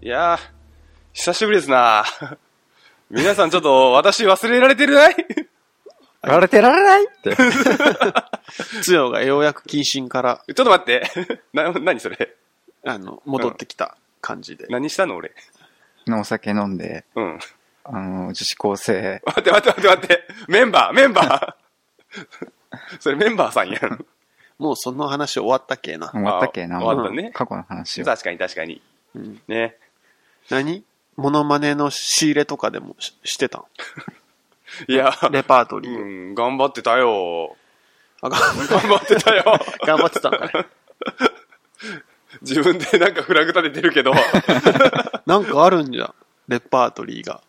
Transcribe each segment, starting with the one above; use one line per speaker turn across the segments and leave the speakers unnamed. やー、久しぶりですな 皆さんちょっと私忘れられてるない ち
られてられないって。つよがようやく謹慎から、
ょっと待って。 な、何それ
あの、戻ってきた感じで。
何したの俺。
のお酒飲んで、
うん。
あの、女子高生、
待って待って待って待って。メンバー、メンバー。 それメンバーさんやん。
もうその話終わったっけな。
終わったっけな、
あ終わったね
過去の話を。
確かに確かに。
うん
ね。
何モノマネの仕入れとかでもししてたん
いや、
レパートリ
う
ー。
ん、頑張ってたよ。
あが
頑 張ってたよ。
頑張ってたんかい。
自分でなんかフラグ立ててる けど。
なんかあるんじゃん。レパートリーが。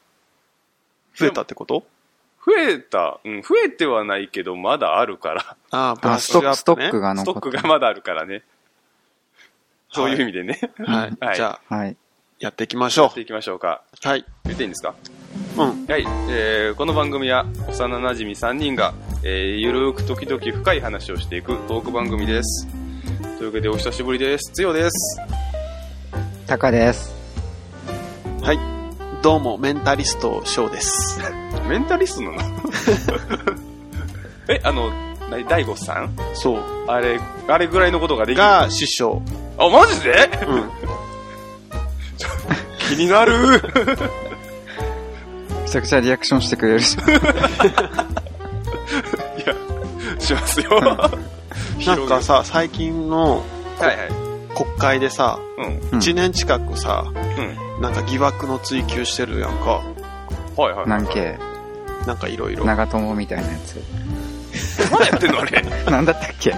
増えたってこと
増えた、うん、増えてはないけど、まだあるから。
ああ、ブラ
あ
ッ
ス
シ
ト
ュ
ッ
ア
ク、スト
ップ、ね。
ックが
ス
残
ト
っ
ック
て
がまだあるからね。そういう意味でね。
はい。
はい
じゃあ、
はい。
やっていきまし
や
ょ
っていき ましょうか。
う。はい。
言っていいんですか
うん。
はい、えーこの番組は幼馴染3人が、えーゆるーく時々深い話をしていくトーク番組です。というわけでお久しぶりです。つよです。
タカです。
はい。どうも、メンタリスト、ショーです。
メンタリストなの え、あの、なに、大悟さん
そう。
あれ、あれぐらいのことができる。あ、
が、師匠。
マジで
うん。
気にな る
めちゃくちゃリアクションしてくれるし。
いや、しますよ。
なんか
広
さ、最近の
げはいはい。
国会でさ、
うん。
うん
1年近くさ、
うん。
なんか疑惑の追及してるやんか。
はいはい。
なんけ、
なんかいろいろ。ま
長友みたいなやつ。
まだやってんのあれ。
なんだったっけ
あ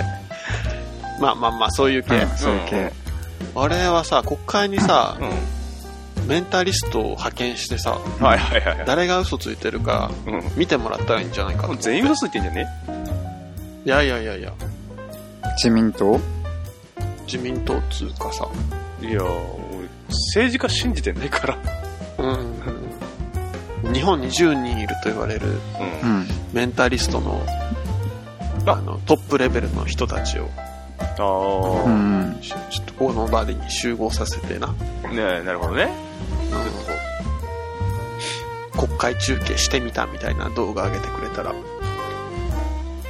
まあまあ、そういう系。
うんそういう系。
あれはさ、国会にさ
う、ん。
メンタリストを派遣してさ、
はいはいはいはい。
誰が嘘ついてるか
うん。も
見てもらったらいいんじゃないか
う。全員嘘ついてんじゃね
いやいやいやいや、
自民党
自民党っつうかさ。
いやー、俺、政治家信じてないから。
うん。日本に10人いると言われる
うん
う。ん。
メンタリストの、
あ
あの、トップレベルの人たちを、
ああ、
うん。
しちょっとこの場でに集合させてな。
ねえなるほどね。
国会中継してみたみたいな動画上げてくれたら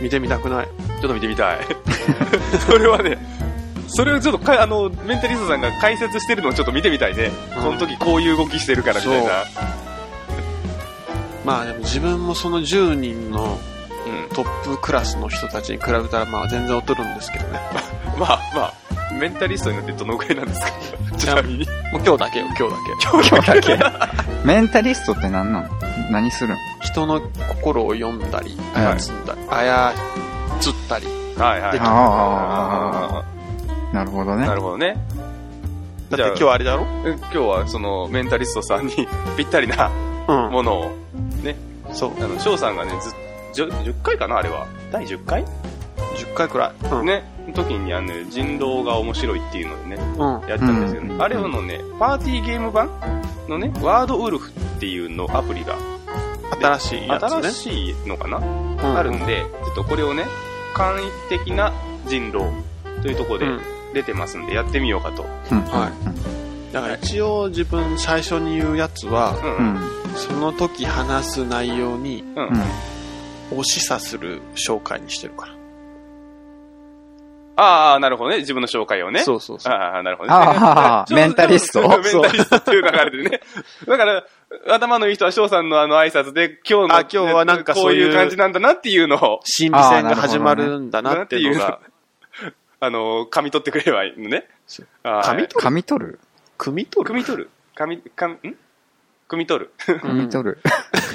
見てみたくない
ちょっと見てみ たい。それはね、それをちょっとか、あの、メンタリストさんが解説してるのをちょっと見てみたいね。
うん
その時こういう動きしてるからみたいな。
まあでも自分もその10人の
うん。
トップクラスの人たちに比べたらまあ全然劣るんですけどね
まあまあ、メンタリストになってどのくらいなんです かちなみに。
もう今日だけよ今日だ
今日だけ。
メンタリストって何なの何するの
け人の心を読んだり操ったり、操ったり
はいはい。
で
あ
あ
あ
あ、なるほど
ー、
ね
な。るほどね。
だって今日あれだろ
え今日はそのメンタリストさんにぴったりな
う
ものを、
んそう
あの、翔さんがね、ず、じゅ10回かなあれは。第10回
10回くらいうん、
ね、時にあの、人狼が面白いっていうのでね、
うん
やったんですよね。
うん
あれのね、パーティーゲーム版のね、ワードウルフっていうのアプリが、
新しいやつね
新しいのかな、
うん
あるんで、ちょっとこれをね、簡易的な人狼というところ
う
で
ん
出てますんで、やってみようかと。
うん
はいだから一応自分最初に言うやつは、
う。
うんん。
その時話す内容に
うん。
うん。
を示唆する紹介にしてるから。
ああ、なるほどね。自分の紹介をね。
そうそうそう。
ああ、なるほどね。
あ あ、メンタリス
メ
ト
ンタリストっていう流れでね。だから、頭のいい人は翔さんのあの挨拶で、今日の、
あ今日はなんか
こうい
そういう
う感じなんだなっていうのを、
心理戦が始まるんだなっていうの
な
が
っ、 あの、噛み取ってくれればいいのね
そう。
噛
み
紙取る
汲み取
噛
る。
み取る噛み、噛み、ん汲み取る。
紙取る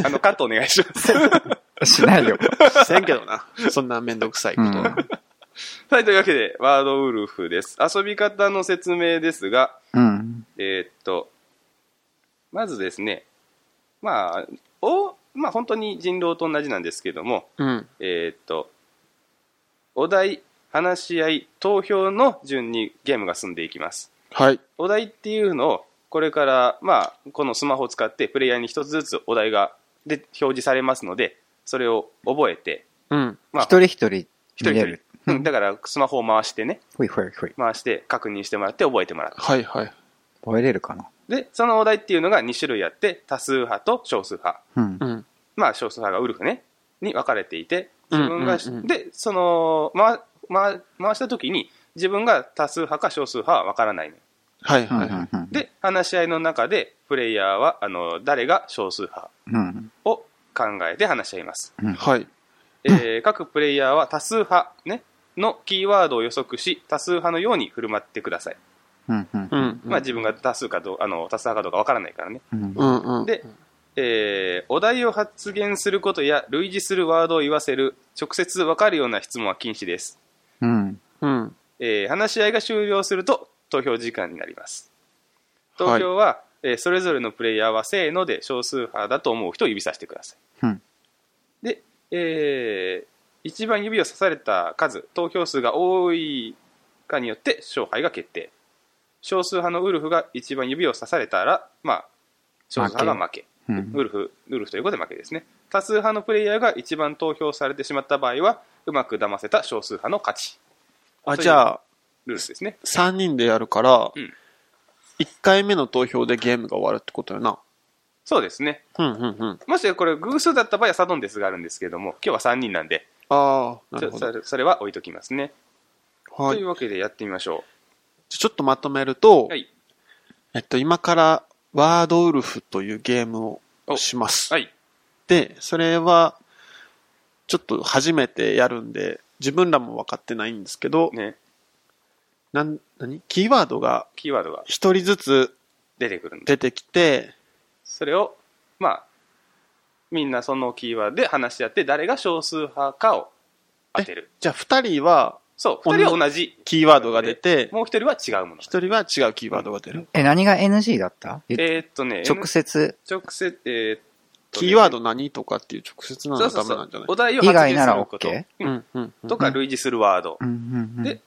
あの、カットお願いします。
しないよ。
る。せんけどな。そんなめんどくさいこ
うん。
とは。
はい、というわけで、ワードウルフです。遊び方の説明ですが、
うん。
えーっと、まずですね、まあ、お、まあ本当に人狼と同じなんですけども、
うん。
えーっと、お題、話し合い、投票の順にゲームが進んでいきます。
はい。
お題っていうのを、これから、まあ、このスマホを使って、プレイヤーに一つずつお題がで表示されますので、それを覚えて、
うん。
まあ、
一人一人
一人
見
一人
れる。
うんだから、スマホを回してね、
ほいほいほい。
回して確認してもらって覚えてもらう。
はいはい。
覚えれるかな
で、そのお題っていうのが2種類あって、多数派と少数派。
うん
う。ん。
まあ、少数派がウルフね、に分かれていて、自分が、
うんうんうん
で、その、ま、ま、回した時に、自分が多数派か少数派は分からないのよ
はい
は
はいいは。
はいいはい。、
で、話し合いの中で、プレイヤーは、あの、誰が少数派
うん。
を考えて話し合い ます。
はい。
えー各プレイヤーは多数派、ね、のキーワードを予測し、多数派のように振る舞ってください。
うん。うん。
うん。
まあ、自分が多数かどうあの多数派かどうかわからないからね、
うん。
うんうん。
でえーお題を発言することや類似するワードを言わせる直接わかるような質問は禁止です、
うん。
うん。
えー話し合いが終了すると投票時間になります投票は、えーそれぞれのプレイヤーはせーので少数派だと思う人を指さしてください
うん。
で、えー一番指を刺された数、投票数が多いかによって勝敗が決定。少数派のウルフが一番指を刺されたら、まあ、少数派が負け。
うん。
ウルフ、ウルフということで負けですね。多数派のプレイヤーが一番投票されてしまった場合は、うまく騙せた少数派の勝ち。
あ、じゃあ、
ルールですね。
3人でやるから
うん、
1回目の投票でゲームが終わるってことよな。
そうですね。
うんうんうん。
もしこれ偶数だった場合はサドンデスがあるんですけれども、今日は3人なんで、
ああ、な
ち
る
ょ
ほ
そ
ど。
れそれは置いときますね。
はい
とい。うわけでやってみましょ
ちょっとまとめると、
う。はい。
えっと、今から、ワードウルフというゲーム
お
をします。
はい。
で、それは、ちょっと初めてやるんで、自分らも分かってないんですけど、
ね、
なん、何キーワードが
キーワードが
一人ずつ
出てくるんで
出てきて、
それをまあみんなそのキーワードで話し合って誰が少数派かを当てる
じゃあ二人は
そう
同
2
じ
人は同じ
キーワードが出て、
もう1人は違うもの
一人は違うキーワードが出る。
え、何が NG だった言っ
えーっとね
直接
直接えーっと
キ
ね
ーワード何とかっていう直接なの
そう
が
そ
ダ
う
メ
そ
なんじゃ
う
ない
お題を
以
発
外
言
な
す
ら
ること、
OK？
うん
ん、うん、うん
とか類似するワード、
うんうん
で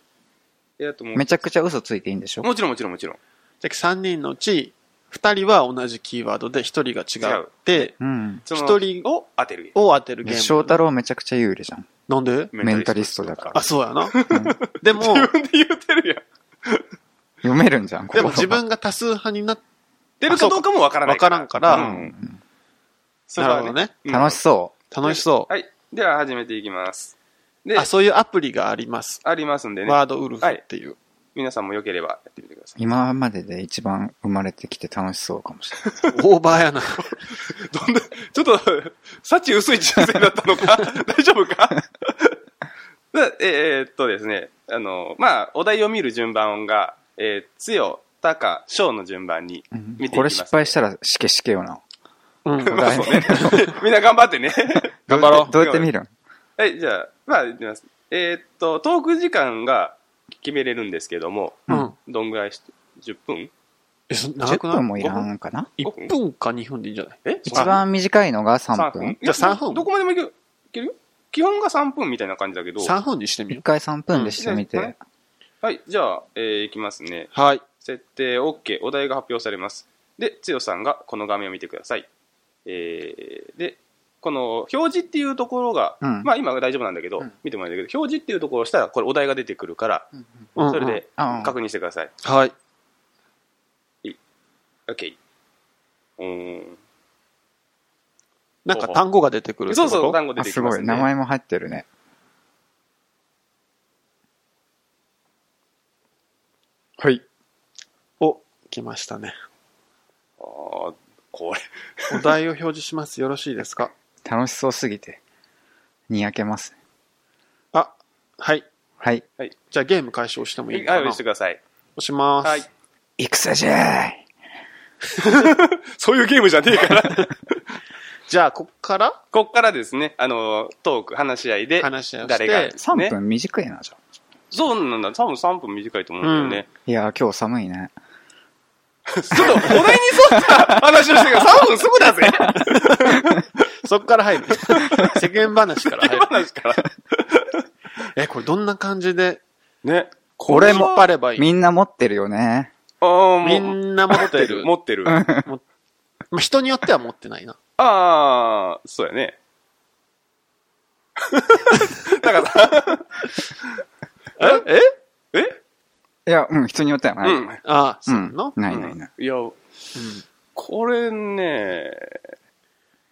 えーっともう
めちゃくちゃ嘘ついていいんでしょ
もちろんもちろんもちろん
じゃあ三人のうち、二人は同じキーワードで一人が違
違う
う。で、
うん。
その
一人
を当てる
を当てる
い
ゲ
や
ーム。
翔太郎めちゃくちゃ有利じゃん。
なんで
メンタリストだから
あ、そうや
う
な。
ん
でも、
自分で言って るやん
読めるんじゃん、
でも自
心が
分が多数派になっ
出るかどうかもわからない
わからんから
う
うんん
そ
た
れ
な
は
るほどね。
うん
楽しそ
楽しそ
はいでは始めていきます
う。
で
あ、そういうアプリがあります。
ありますんでね
ワードウルフっていう。
皆さんもよければやってみてくださ
う。今までで一番生まれてきて楽しそうかもしれない。
オーバ ーやな。
い。どんな、ちょっと、幸薄い人生だったのか 大丈夫かでえーっとですね、あの、まあ、お題を見る順番が、えー、つよ、たか、しょうの順番に
う
見ていきま
ん
す。
これ失敗したらしけしけよな。
うん。
まあ そうねみんな頑張ってね。
頑張ろう
どうやって見るん
はい、じゃあ、まあ、いきます。えーっと、トーク時間が決めれるんですけども、
うん。
どんぐらいし、10分
え、そ長
?10
くない
分もいらんかな
?1 分か2分でいいんじゃない
え
一番短いのが3
3
分
分。
じゃあ三分
いやどこまでもいけるいけるよ基本が3分みたいな感じだけど。
?3 分にしてみ
一
よ
回3分でしてみ
うん
て。
はい、じゃあ、えーいきますね。
う。はい。
設定 OK、お題が発表されます。で、つよさんがこの画面を見てください。えーで、この表示っていうところが、
うん
まあ今は大丈夫なんだけど、
うん
見てもらえるけど、表示っていうところをしたら、これお題が出てくるから、
うん
それで
うん
確認してください。
うん。はい。
OK。うーん
なんか単語が出てくるって
そ
こ
う
と
そう、単語出
あ
て
す
き
ご
ます
い。
ね。
名前も入ってるね。はい。
お、来ましたね。
あーこれ。
お題を表示します。よろしいですか
楽しそうすぎて、にやけます。
あ、はい。
はい。
じゃあゲーム開始押してもいいか
は、
ない
押して
押
ください。
します。
はい。
戦じゃい
そういうゲームじゃねえから。
じゃあ、こっから
こっからですね、あの、トーク、話し合いで、
話し合いをし
誰
て
が、ね、
!3 分短いな、じゃあ
そうなんだ。多分3分短いと思うんだよね。
いやー、今日寒いね。
ちょっと、お題に沿った話をしてるから、3分すぐだぜ
そっから入る。世間話から入る。
話から。
え、これどんな感じで
ね。
これも引っ張ればいい。
みんな持ってるよね。
あ
み
あ、もう、
んな持ってる。
持ってる。
うん
まあ人によっては持ってないな。
ああ、そうやね。 だからさ、
ええ
え
いや、うん、人によってはない。
うん。
ああ、そううなの
ん。ないないない。
いや、これね、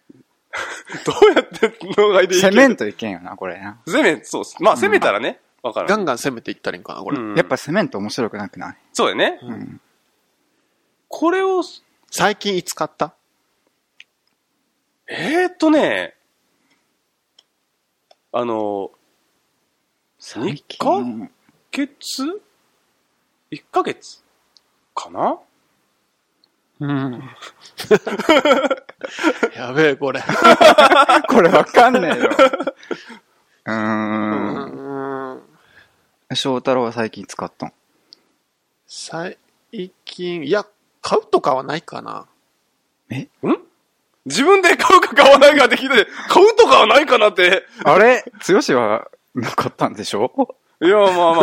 どうやってのがいでいけ
攻めん
る
といけんよな、これな。
攻め、そうっす。まあ攻めたらね、わか
ガ
る。
ンガン攻めていったらいいんかな、これ。
うん
やっぱ攻めんと面白くなくない
そうだよね。
うん。
これを、
最近いつ買った
えーっとね、あの、
最
日課月 ?1 ヶ月かな
うん。 やべえ、これ。
これわかんね えよ。う
う
ーん。
ん。
翔太郎は最近使ったん。
最近、いや、買うとかはないかな。
ん自分で買うか買わないかって聞いて、買うとかはないかなって。
あれ剛はなかったんでしょ
いや、まあまあまあまあま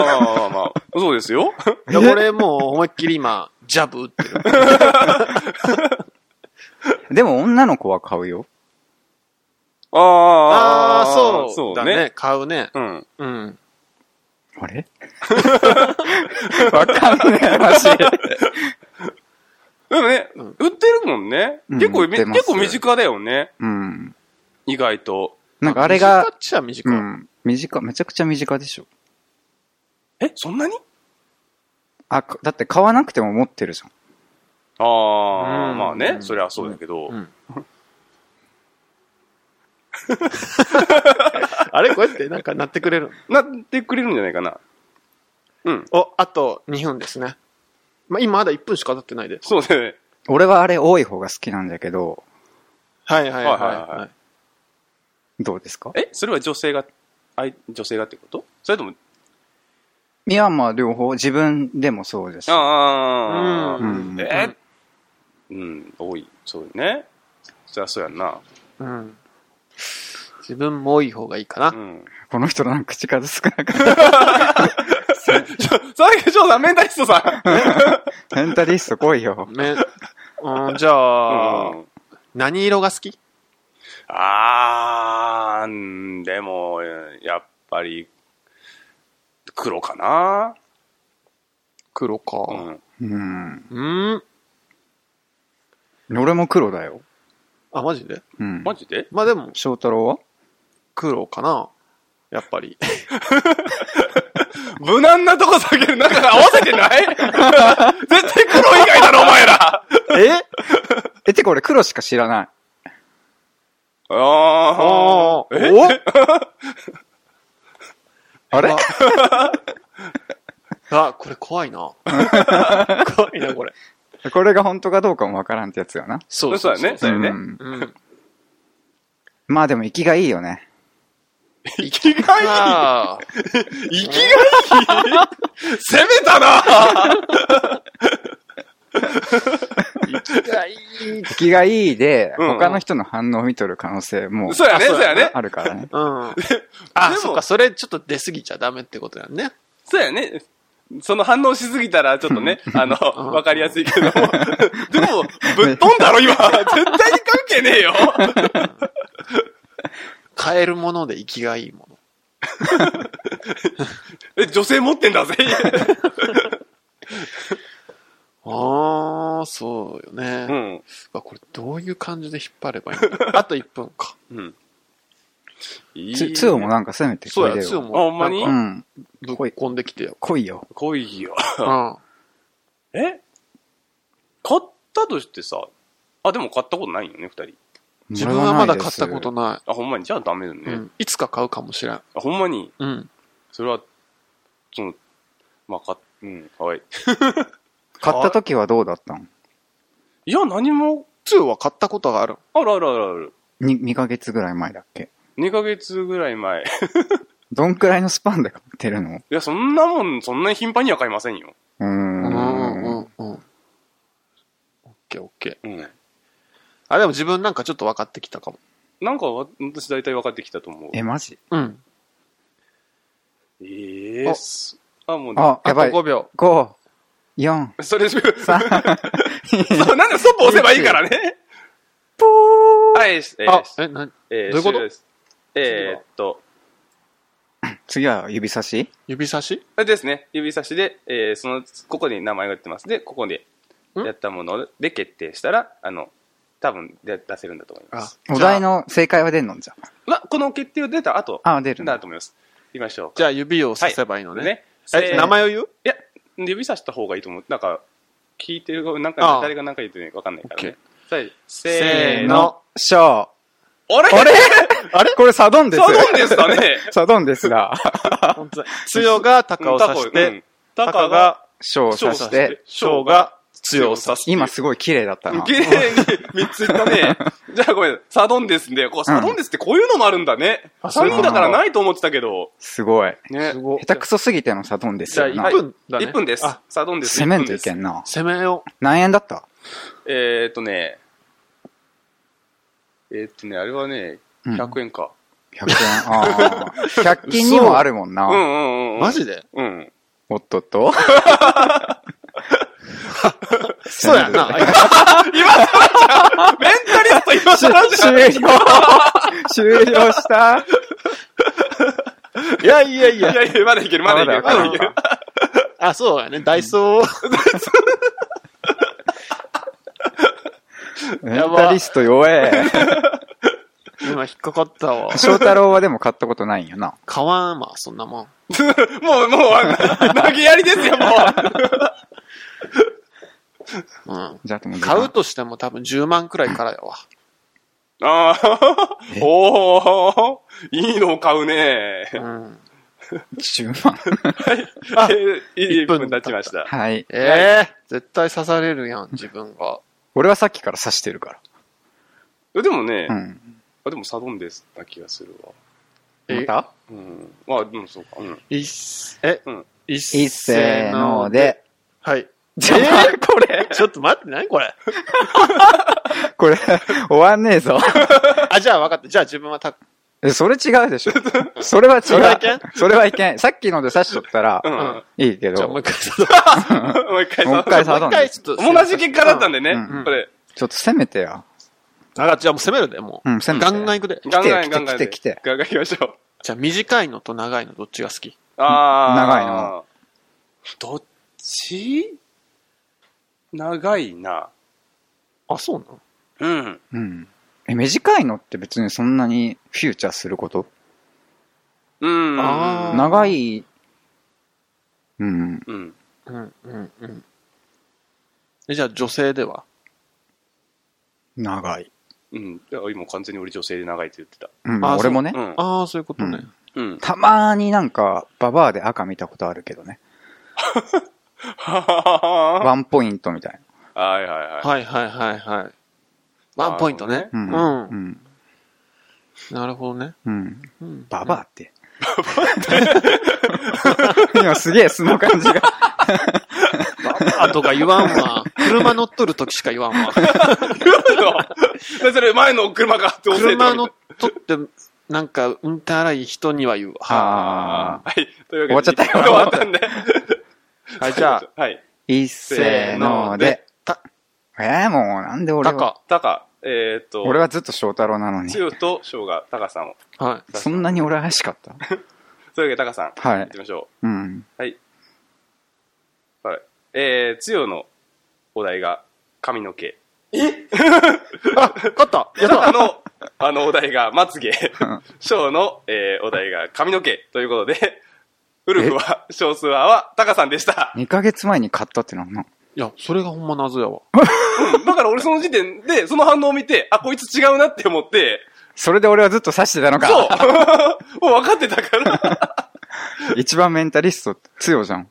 あ、そうですよ。
いや、これもう思いっきり今、ジャブ打ってる。
でも女の子は買うよ。
あ
あ
あ
あ、そうだね。。買うね。
うん。
うん。
あれ わかんねえ、マジで。
でもね、
うん
売ってるもんね。
うん
結構み、
売ってます
結構身近だよね。
うん。
意外と。
なんかあれが
短、っちゃ短
う
い。
ん。短、めちゃくちゃ短でしょ。
え、そんなに
あ、かだって買わなくても持ってるじゃん。
ああ、
うん
まあね、
うん
そりゃそうだけど。
うん。 あれこうやってなんかなってくれる
なってくれるんじゃないかな。うん。
お、あと2分ですね。まあ、今まだ1分しか経ってないで。
そうだよね。
俺はあれ多い方が好きなんだけど、
はいはいはい
はいはいは
はいい。
どうですか
え、それは女性が、あい女性がってことそれとも、
いや、まあ両方、自分でもそうです。
ああ、
うん
えうん、多い。そうだよね。そりゃそうやんな。
うん。自分も多い方がいいか
う
な。
ん。
この人なんか口数少なかった。
ちょ、佐々木翔さん、メンタリストさん。
メンタリスト来いよ。
め、うん、じゃあ、
うん
何色が好き
あーうん、でも、やっぱり、黒かな。
黒
う
か。
ん。
うん。
うん。
俺も黒だよ。
あ、マジで
うん。
マジで
まあでも、
翔太郎は
黒かな。やっぱり。
無難なとこ下げる。なんか合わせてない 絶対黒以外だろ、お前ら。
え え、てか俺黒しか知らない。
あ
ー
ー。え
お
あれ
あ、これ怖いな。怖いな、これ。
これが本当かどうかもわからんってやつよな。
そ
そうだね。そうだよね。
ん。
うん。
まあでも生きがいいよね。
生きがいい。
ああ、
生きがいい攻めたな
生きがいい。
生きがいいで、
うん
他の人の反応を見とる可能性も
そうやね、
あそ
そう
う
や
や
ね。
あるからね。
うん。あ、
でも
そっか、それちょっと出過ぎちゃダメってことだよね。
そうやね。その反応しすぎたら、ちょっとね、あの、
ん
わかりやすいけども。 でも、ぶっ飛んだろ、今。絶対に関係ねえよ。
買えるもので生きがいいもの。
え、女性持ってんだぜ。
ああ、そうよね。
うん。
あこれどういう感じで引っ張ればいいんだ あと1分か。
うん。い
つ、つよもなんか攻めてく
そう
れ
や、
る
つ
よ。
よも。
あほんまに
な
う
か
ん。
ぶっ込んでき てよ。
来いよ。
来いよ。
うん。
え買ったとしてさ、あ、でも買ったことないよね、二人。
自分はま
乗らな
だ
い
買
で
っ
す
たことな
あ、ほんまに。じゃあダメだね。
い。うん。いつか買うかもしれん。
あ、ほんまに。
うん。
それは、その、まあ、か、うん、かわいい。
買った時はどうだったん
いや、何も、
つよは買ったことがある。
あるあるあるある。
に ?2 ヶ月ぐらい前だっけ
2ヶ月ぐらい前。い
どんくらいのスパンで買ってるの
や、そんなもん、そんなに頻繁には買いませんよ。
うー。
うんんうんうん。オッケーオッケー。
うん。
あ、でも自分なんかちょっと分かってきたかも。
なんかわ、私大体分かってきたと思う。
え、マジ
うん。
ええ
あ
すあ、もう、
あ、
あ
や
と
ばい。
5秒。
5、4、
それ、そう、
3、
なんでストップ押せばいいからね。 はい、えー
あ、え、な、
えー
どういうこと
終了ですえーっと、
次は指差し
指差し
あれですね、指差しで、えーその、ここに名前が出てます。で、ここで、
ん
やったもので決定したら、あの、多分で出せるんだと思いま
あ
す。
お題。の正解は出んのんじゃん。
まあ、この決定を出た後、
あ、出るん
だ
だ。
と思います。言いましょう。
じゃあ指をさせばいいの
ね。
ね。
せ
え、
ー
名前を言う
いや、指さした方がいいと思う。なんか、聞いてる側、なん
あ
か
あ
誰が何か言ってるのかわかんないから
オッ
ね。はい
せ
せ
ー
ー
の
の。
ショー。
あれ
あれあれこれサドンです。
サドンですかね
サドンですが、
本当だ。強が鷹を刺し
う
て
ん、タ
鷹
カが、
が
ショーを刺して、
翔が強を刺す。
今すごい綺麗だったな。
綺麗に3ついったね。じゃあごめん、サドンデスね。こうサドンデスってこういうのもあるんだね。
あ
3人だからないと思ってたけど。
すごい。
ね。
すごい
下手くそすぎてのサドンです
じゃあ
よな
1。分だね。
1分です
あ、。
サドンデス。
攻めんと
で
いけんな。
攻めよう。
何円だった
えーっとね、えーっとね、あれはね、
うん
100円か。
?100 円。ああ。100均にもあるもん
うんう
な。
んうん。
マジで
うん。
おっとっと。
そうやんな。
メンタリスト今更じゃん
終了終了した
いやいやい
いや
や。
いや、まだいける、まだいける、まだいける。
あ、そうやね。ダイソー。
メンタリスト弱え。
今引っかかったわ。
翔太郎はでも買ったことないんよな。
買わんわ、そんなもん。
もう、もう、投げやりですよ、もう。
うん。
じゃあとも時間
買うとしても多分10万くらいからやわ。
ああ、 おおいいのを買うね。
うん。
10万。
あ
えー、1
分
分経ちました。
はい。
ええ絶対刺されるやん、自分が。
俺はさっきから刺してるか
えでもね、
ら。うん。
あでもサドンデスな気がするわ。
ま
え
た
うん。まあ、でもそうか。 うん。
いっせ、え
うん、
いっ
いっせーの。で。
はい。
じゃあ、これ、
ちょっと待って、何これ。
これ、終わんねえぞ。
あ、じゃあ分かった。じゃあ自分はた、
えそれ違うでしょ。それは違う。
それはいけん
それはいけん。さっきので刺しとったら
う、ん。
ん
いいけ
じゃ
ど、
あもう
もう
一回刺
もう一回サ
一回刺さん
もう一
で
回
ち
ちょっと。
同じ結果だったんでね、
うん
うん
これ。
ょっと攻めてよ。
だからじゃあもう攻めるで、もう。
うん攻めて
ガンガン行くで。
ガンガン
来て
ガンガンで。
来て来て
ガンガン行きましょう。
じゃあ短いのと長いのどっちが好き
ああ。
長いな。
どっち長いな。
あ、そうなの
うん。
うん。え、短いのって別にそんなにフューチャーすること
うん。
あー
長い、うん。
うん。
うん、うん、うん。え、じゃあ女性では
長い。
うん。いや今完全に俺女性で長いって言ってた。
うん、
あ
俺もね
う、ん。
ああ、そういうことね。
うん。
たまーになんか、ババアで赤見たことあるけどね。
は はは
ワンポイントみたい
は。はいはいはい。
はいはいはいはい。ワンポイントね。
な。
うん。
うん。うん。
なるほどね。
うん。
うん。
ババアって。ババアって今すげえ素の感じが。
あとか言わんわ。車乗っとる時しか言わんわ。
で それ前の車がって教えて
車乗っとって、なんか運転荒い人には言うわ。
あ
はい。というわけで。
終わっちゃったよ
終わったんで。
はい、じゃあ、
あ。 はい。
ー。いっせーので。
た、
えー、もうなんで俺
タ
は。
カ。
タカ、えーっと、
俺はずっと翔太郎なのに
つ。よと翔がタカさんを。
は
そんなに俺怪しか った
というわけでタカさん、
は
行
い
き。ましょ
うん。
う。はい。えー、つよのお題が髪の毛。
い。あ、勝ったや
タ
っ
カ
た
の、 あのお題がまつげ
うん。
翔の、えー、お題が髪の毛ということで、ウルフは、少数派はタカさんで した。
2ヶ月前に買ったってのはな。
いや、それがほんま謎やわ。
うんだから俺その時点で、その反応を見て、あ、こいつ違うなって思って、
それで俺はずっと刺してたのか。
そう もう分かってたから。
一番メンタリスト強じゃん。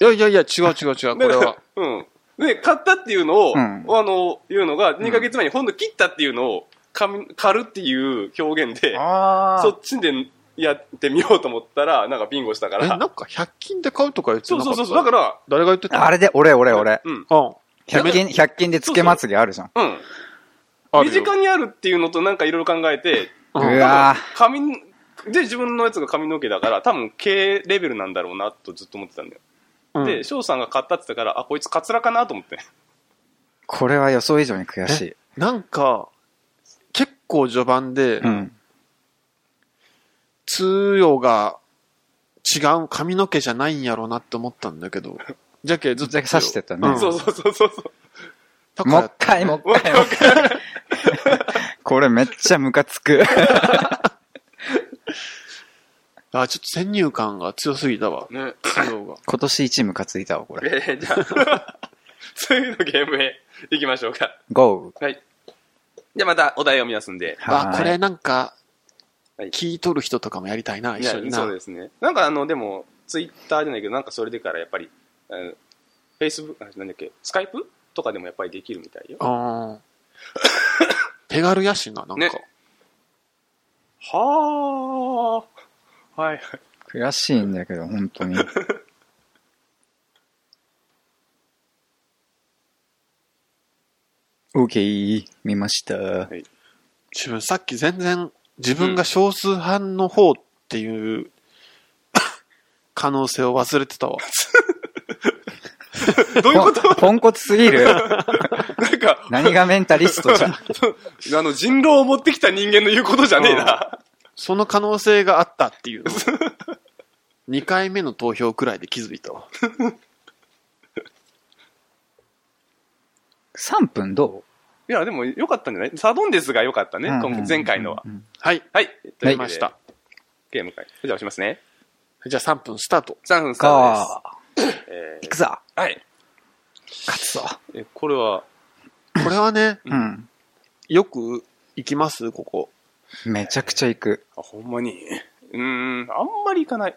いやいやいや、違う違う違 う、これは。
うん。で、買ったっていうのを、
うん
あの、いうのが、2ヶ月前に今度切ったっていうのを、かみ、狩るっていう表現で、
あ
そっちでやってみようと思ったら、なんかビンゴしたか
え、なん
ら。
か100均で買うとか言って
そ
な
うそ
かっ
う
た
そうそう。だから、
誰が言ってた
あれで、俺、俺、俺。
うん。
うん。
100均、100均でつけまつげあるじゃん。
うん。
ある
身
よ
近にあるっていうのとなんかいろいろ考えて、
う
うんわ
髪、で、自分のやつが髪の毛だから、多分、毛レベルなんだろうな、とずっと思ってたんだよ。
うん
で、翔さんが買ったって言ったから、あ、こいつカツラかなと思って。
これは予想以上に悔しい。
なんか、結構序盤で、
うん。
通用が違う髪の毛じゃないんやろうなって思ったんだけど、じゃけずっと。
じゃけ刺してたね
うん
そうそうそうそうそう。
だから
もう一回、もう一回、もう一回。 これめっちゃムカつく。
あ、ちょっと先入観が強すぎたわ。
ね。
作業が。
今年一ムカついたわ、これ。
えー、じゃ あ、次のゲームへ行きましょうか。
GO!
はい。じゃあまたお題を見ますんで。
あ、これなんか、
はい
聞いとる人とかもやりたいな、
い
一
や
緒にな。
そうですね。なんかあの、でも、ツイッターじゃないけど、なんかそれでからやっぱり、フェイスブック、あなんだっけ、スカイプとかでもやっぱりできるみたいよ。
あー手軽やしな、なんか。
ねはあ。はいはい。
悔しいんだけど、本当に。OK! 見ました。
自分さっき全然自分が少数派の方っていう 可能性を忘れてたわ。
どういう
ポ
こ
ンポンコツすぎ
と
る。
なんか、
何がメンタリストじゃん。
あの、人狼を持ってきた人間の言うことじゃねえな。
その可能性があったっていうのを2回目の投票くらいで気づいたわ。
3分ど
いや、でも良かったんじゃないサドンデスが良かった
う
ね、
うん
今回前回のは。。
うんうん
はい。
はい。と
出
いうわけで
ました。。
ゲーム会。じゃあ押しますね。
じゃあ3分スタート。
3分スター
か
トです。え
行くぞ
ーはい。
勝つぞ
えこれは、
これはね、
うん。
よく行きますここ。
めちゃくちゃ行く。
あ、ほんまに。うーん、あんまりいかない。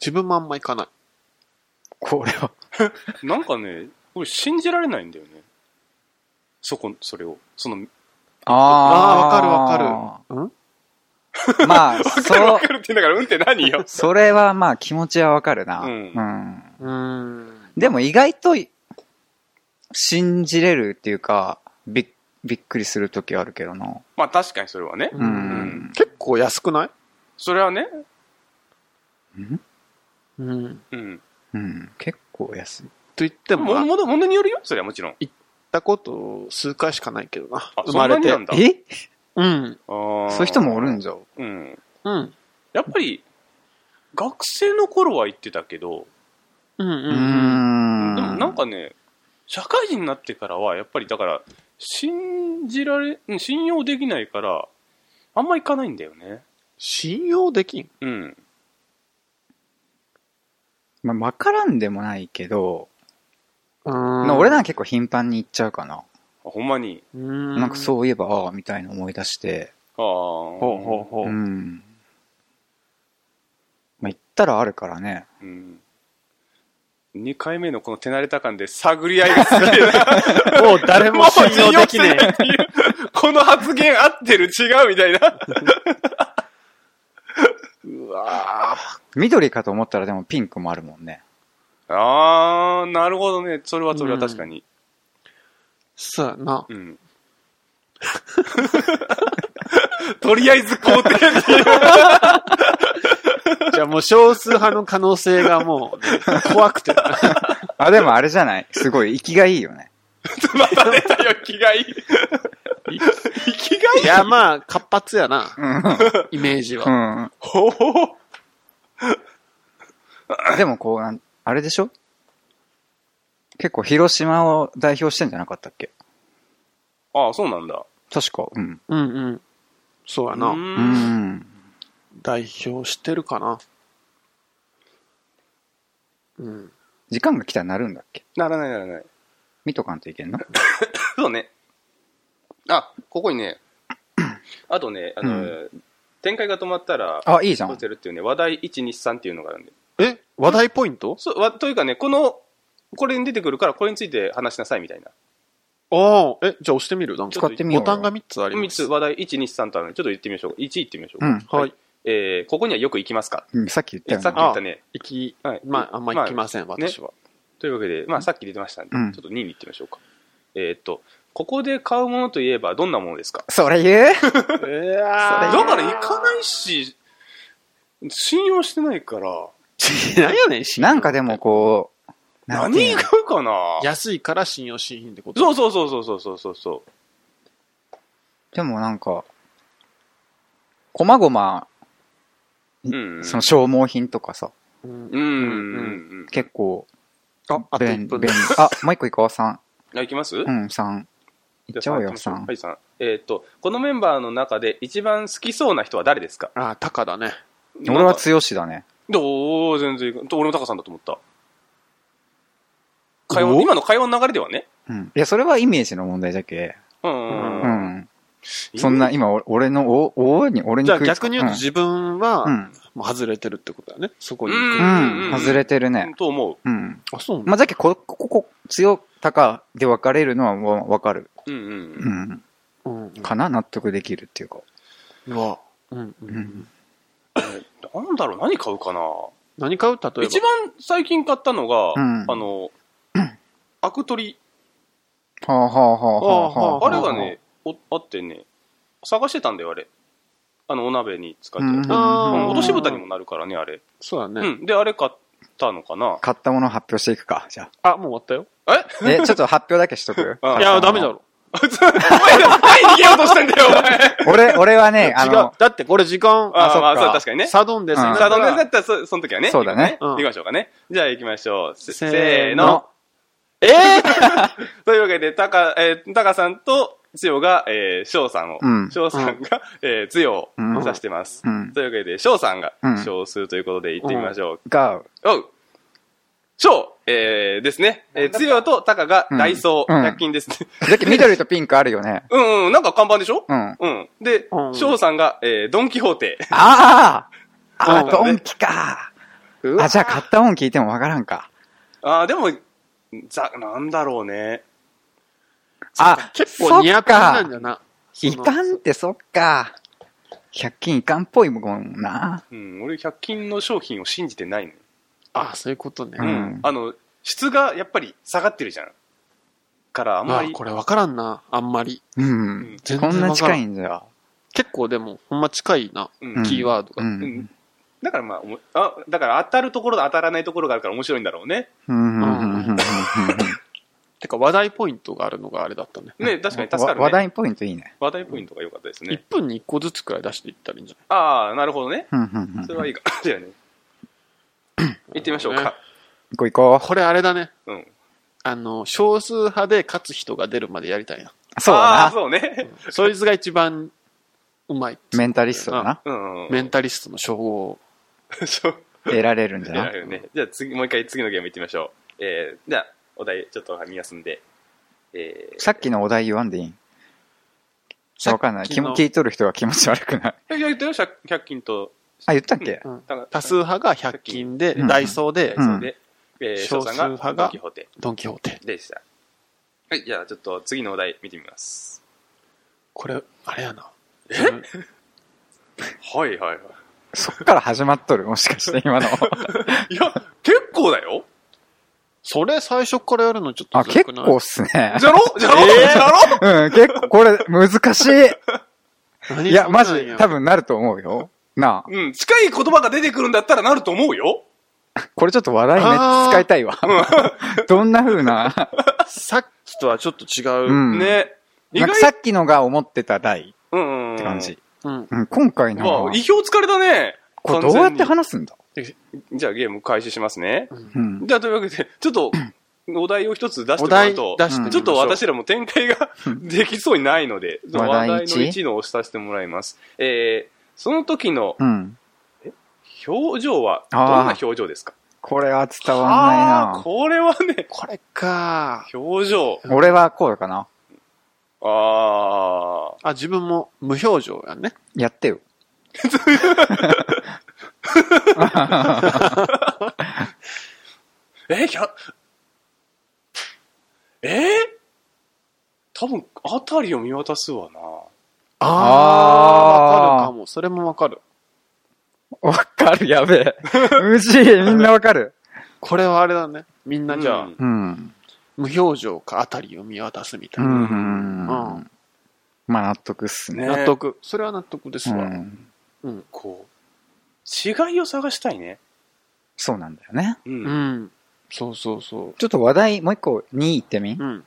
自分もあんま行かない。
これは。
なんかね、俺信じられないんだよね。そこ、それを。そ の、
あーわかるわかる。ん
る。まあ、
わかるわ
そ
か、るって言うんだから、うんって何よ。
それはまあ気持ちはわかるな。
う
うんん。
うーん。
でも意外と、信じれるっていうか、びっ、びっくりするときあるけどな。
まあ確かにそれはね。
う
うんん。
結構安くない
それはね、
うん。
うん。
うん。結構安い。
と言って
でも、
も、行っ
もの、ものによるよ。それはもちろん。
たこと数回しかないけどな
あ。
生まれて
そ。んなになんだ
え
うん。
あー
そういう人もおるんじゃん。
うん。
うん。
やっぱり、学生の頃は行ってたけど、
うんう
う
んうん。
ん。
でもなん、かね、社会人になってからは、やっぱりだから、信じられ、うん信用できないから、あんま行かないんだよね。
信用できん。
うん。
まあ、わからんでもないけど、
うん
まあ俺なんか結構頻繁に行っちゃうかな。
あほんまに。
な
なんかそういえば、ああ、みたいな思い出して、
ああ。
ほうほうほう。
うん。まあ、行ったらあるからね。
うん。2回目のこの手慣れた感で探り合い がすげえな。
もう誰も信用できね
もう信用してないっていうこの発言合ってる違うみたいな。
え。うわ
緑かと思ったらでもピンクもあるもんね。
ああ、なるほどね。それはそれは確かに。
そうやな。
うん。 とりあえず肯定っていう。
じゃあもう少数派の可能性がもう、怖くて。
あ、でもあれじゃないすごい、生きがいいよね。
また出たよ、気がいい。気がいい
いや、まあ、活発やな、
うん。
イメージ
う
は。
ん。
ほほ
でもこうなん、あれでしょ結構広島を代表してんじゃなかったっけ
ああ、そうなんだ。
確か。うん。
うんうん。そうや
う。
な。
うんん。
代表してるかな。うん。
時間が来たらなるんだっけ
ならないならない。
見とかんといけんの
そうね。あ、ここにね、あとね、あの、展開が止まったら、
あ、いいじゃ
ホ
ん。
テルっていうね、話題123っていうのがあるんで。
え話題ポイント
そうわというかね、この、これに出てくるから、これについて話しなさいみたいな。
ああ、え、じゃあ押してみるなんか
使ってみよう
ボ
よ
タンが3つありま
3
す。
つ、話題123とあるので、ちょっと言ってみましょう。1言ってみましょう。
うん
はい。
えーここにはよく行きますか
うん。さっき言ったよね。
さっき言ったね。
行き、
はい
まあ、あんま行きません、
ね
私は。
というわけで、まあ、さっき出てましたんで、
うん
ちょっと2に行ってみましょうか。えーっと、ここで買うものといえばどんなものですか
それ言う
えー
だ
あ
から行かないし、信用してないから、
何やねん、信用
なんかでもこう、なんてい
何
う
買
の
うかな
安いから信用しひんってこと
そうそうそうそうそうそうそう。
でもなんか、こまごま、
うんうん
その消耗品とかさ、
う
う
ん
んうんうん。
結構
あ、あと
便
1
利
分。
便利あ、もう一個行こう、3。
あ、いきます
うん、3。いっちゃおうよ、
じゃあ
3
は。い、さん。えーっと、このメンバーの中で一番好きそうな人は誰ですか
あ、タカだね。
俺は強しだね。
どう全然いかんと俺も高さんだと思った。会
お
話、今の会話の流れではね。
うん。いや、それはイメージの問題じゃけ。
うんうん
う
うん。
ん。そんな、今、お俺の、お、おに、俺に
じゃあ
食いつ
逆
く
に言うと自分は
う、ん。
もう外れてるってことだね。そこに
う
行
ん
く。
うん。
う
うんん。外れてるね。
と思う。
うん。
あ、そうなんだ
まあ、じゃけ、こ、ここ、こ強、高で分かれるのはわ分かる。
うん
う
うん。
ん。
うん。
かな納得できるっていうか。
うわ。うんう。
うんん。
なんだろう、何買うかな
何買う例えば。
一番最近買ったのが、
うん
あの、アク取り。
はあはあはあはあは
あ
あ。
れがね、おあってね、探してたんだよ、あれ。あの、お鍋に使って。
うんうんうん
う
あ
ん
ー
落とし蓋にもなるからね、あれ。
そうだ
う
ね。
ん。で、あれ買ったのか な
買ったものを発表していくか、じゃ
あ、もう終わったよ。
あ。え、ちょっと発表だけしと く
あ
いや、ダメだ。
買っ
ろ。
はい、逃げようとしてんだよ、お前。
たもの俺、俺はね、あ
違う
の。、
だってこれ時間、
あ
そっか
まあ、そう確かにね。
サドンです。
うん
さあ、どんなやつだ
だ
ったらそ、その時はね。
そうだね
行
うん
きましょうかね。じゃあ行きましょう。せ
せ
せ
ー
ー
の
の。
えー
というわけで、たか、えー、たかさんと、つよが、えー、しょうさんを
うん、
しょうさんが、えー、つよを
うん
指してます
う。ん。
というわけで、しょうさんが
うん、
しょうするということで行ってみましょう。
が、
おうしょうえー、ですね。えー、つよとたかがダイソー、
うん
100均ですね。
だっけ緑とピンクあるよね。
うんうん、なんか看板でしょ
うん。あ
うん。で
う、ん
しょうさんが、えー、ドンキホーテ。
ああ
うん
ドンキか
うわ
あ、じゃあ買ったもん聞いてもわからんか。
あー、でも、ざ、なんだろうね。
あ、
結構200円なんじゃな。
い
その
かんってそっか。100均いかんっぽいもんな。
うん、俺100均の商品を信じてないの、
あ、そういうことね。
う
うんん、あの、質がやっぱり下がってるじゃん。から、あんま
あ
り。
これ分からんな、あんまり。
う。
うんん
全然
こんな
わから
近いんだよ。
結構でも、ほんま近いな、
うん
キーワード
う。
が。
うんんだからまあおもあ、だから当たるところと当たらないところがあるから面白いんだろうね。
うん。うん
てか、話題ポイントがあるのがあれだったね。
ね、確かに助かるね。
話題ポイントいいね。
話題ポイントが良かったです
1
ね。
分に1個ずつくらい出していったらいいんじゃ
ああ、なるほどね。
うんうんうん
それはいいかもしれないね。行ってみましょうか。
行こう行
ない
こ
これあれだね。
うん。
あの、少数派で勝つ人が出るまでやりたいな。
う。そう
あ
だ
あ、そうね。
うんそいつが一番うまいって
な。メンタリストだな。
うんうん。
メンタリストの称号を。
そう
得られるんじゃ
いや
な
あ
い
るよね。じゃあ次、もう一回次のゲーム行ってみましょう。えー、じゃあ、お題ちょっと見休んで。えー、
さっきのお題言わんでいいわかんない。
さっき
き
の
聞いとる人が気持ち悪く ない。
え言ったよ、100均と。
あ、言ったっけ
うん
だから
多数派が100均で、
うん
ダイソーで、
うん
で、えー、翔
少数
さんが
派が
ドン・キホーテ
ドン・キホーテ。
でした。はい、じゃあちょっと次のお題見てみます。
これ、あれやな。
はいはいは
そっから始まっとるもしかして今の。
い。いや、結構だよ
それ最初からやるのちょっと
あ、
ずる
結
くない
構っすね。
じゃ ろじゃろ、
えー
じゃろ
うん、結構これ難しい。
何
いや、
そんな
マ
ん
ジ、多分なると思うよ。な
うん、近い言葉が出てくるんだったらなると思うよ
あ、これちょっと話題めっちゃ使いたいわ。どんな風な。
さっきとはちょっと違
う
う。
ん。
ね。意
なんか
外
さっきのが思ってた題
うん。
って感じ。。
うん。
うん、今回
ま
のは
あ、意表疲れたね。
これどうやって話すんだ
じゃあゲーム開始しますね。
うん。
じゃあというわけで、ちょっ と、お題を一つ出して
お
もらう
題出
と、
してみまし
ちょ
ょう
っと私らも展開が できそうにないので、
話題
話題の
一
1のを押させてもらいます。えー、その時の
うん。
表情は、どん
あ
な
ー
表情ですか
これは伝わんない
ああー、
な。
これはね、
これか。
表情。
俺はこうかな。
あ
あ、自分も無表情やね。
やってよ。
あ。え、ひゃ、えー、多分、あたりを見渡すわな。
あー
あー
わかるかも。それもわかる。
わかる、やべ え。無事、みんなわかる。
これはあれだね。みんなじゃあ、
うん
うん。
無表情かあたりを見渡すみた
う
いな。
ん。
うん
うんまあ、納得っすね。
ね
納得。それは納得です
う
わ。
ん。
こう、違いを探したいね。
そうなんだよね。
う。
うんん。そうそうそ
ちょっと話題、もう一個、2位行ってみ
う。うん。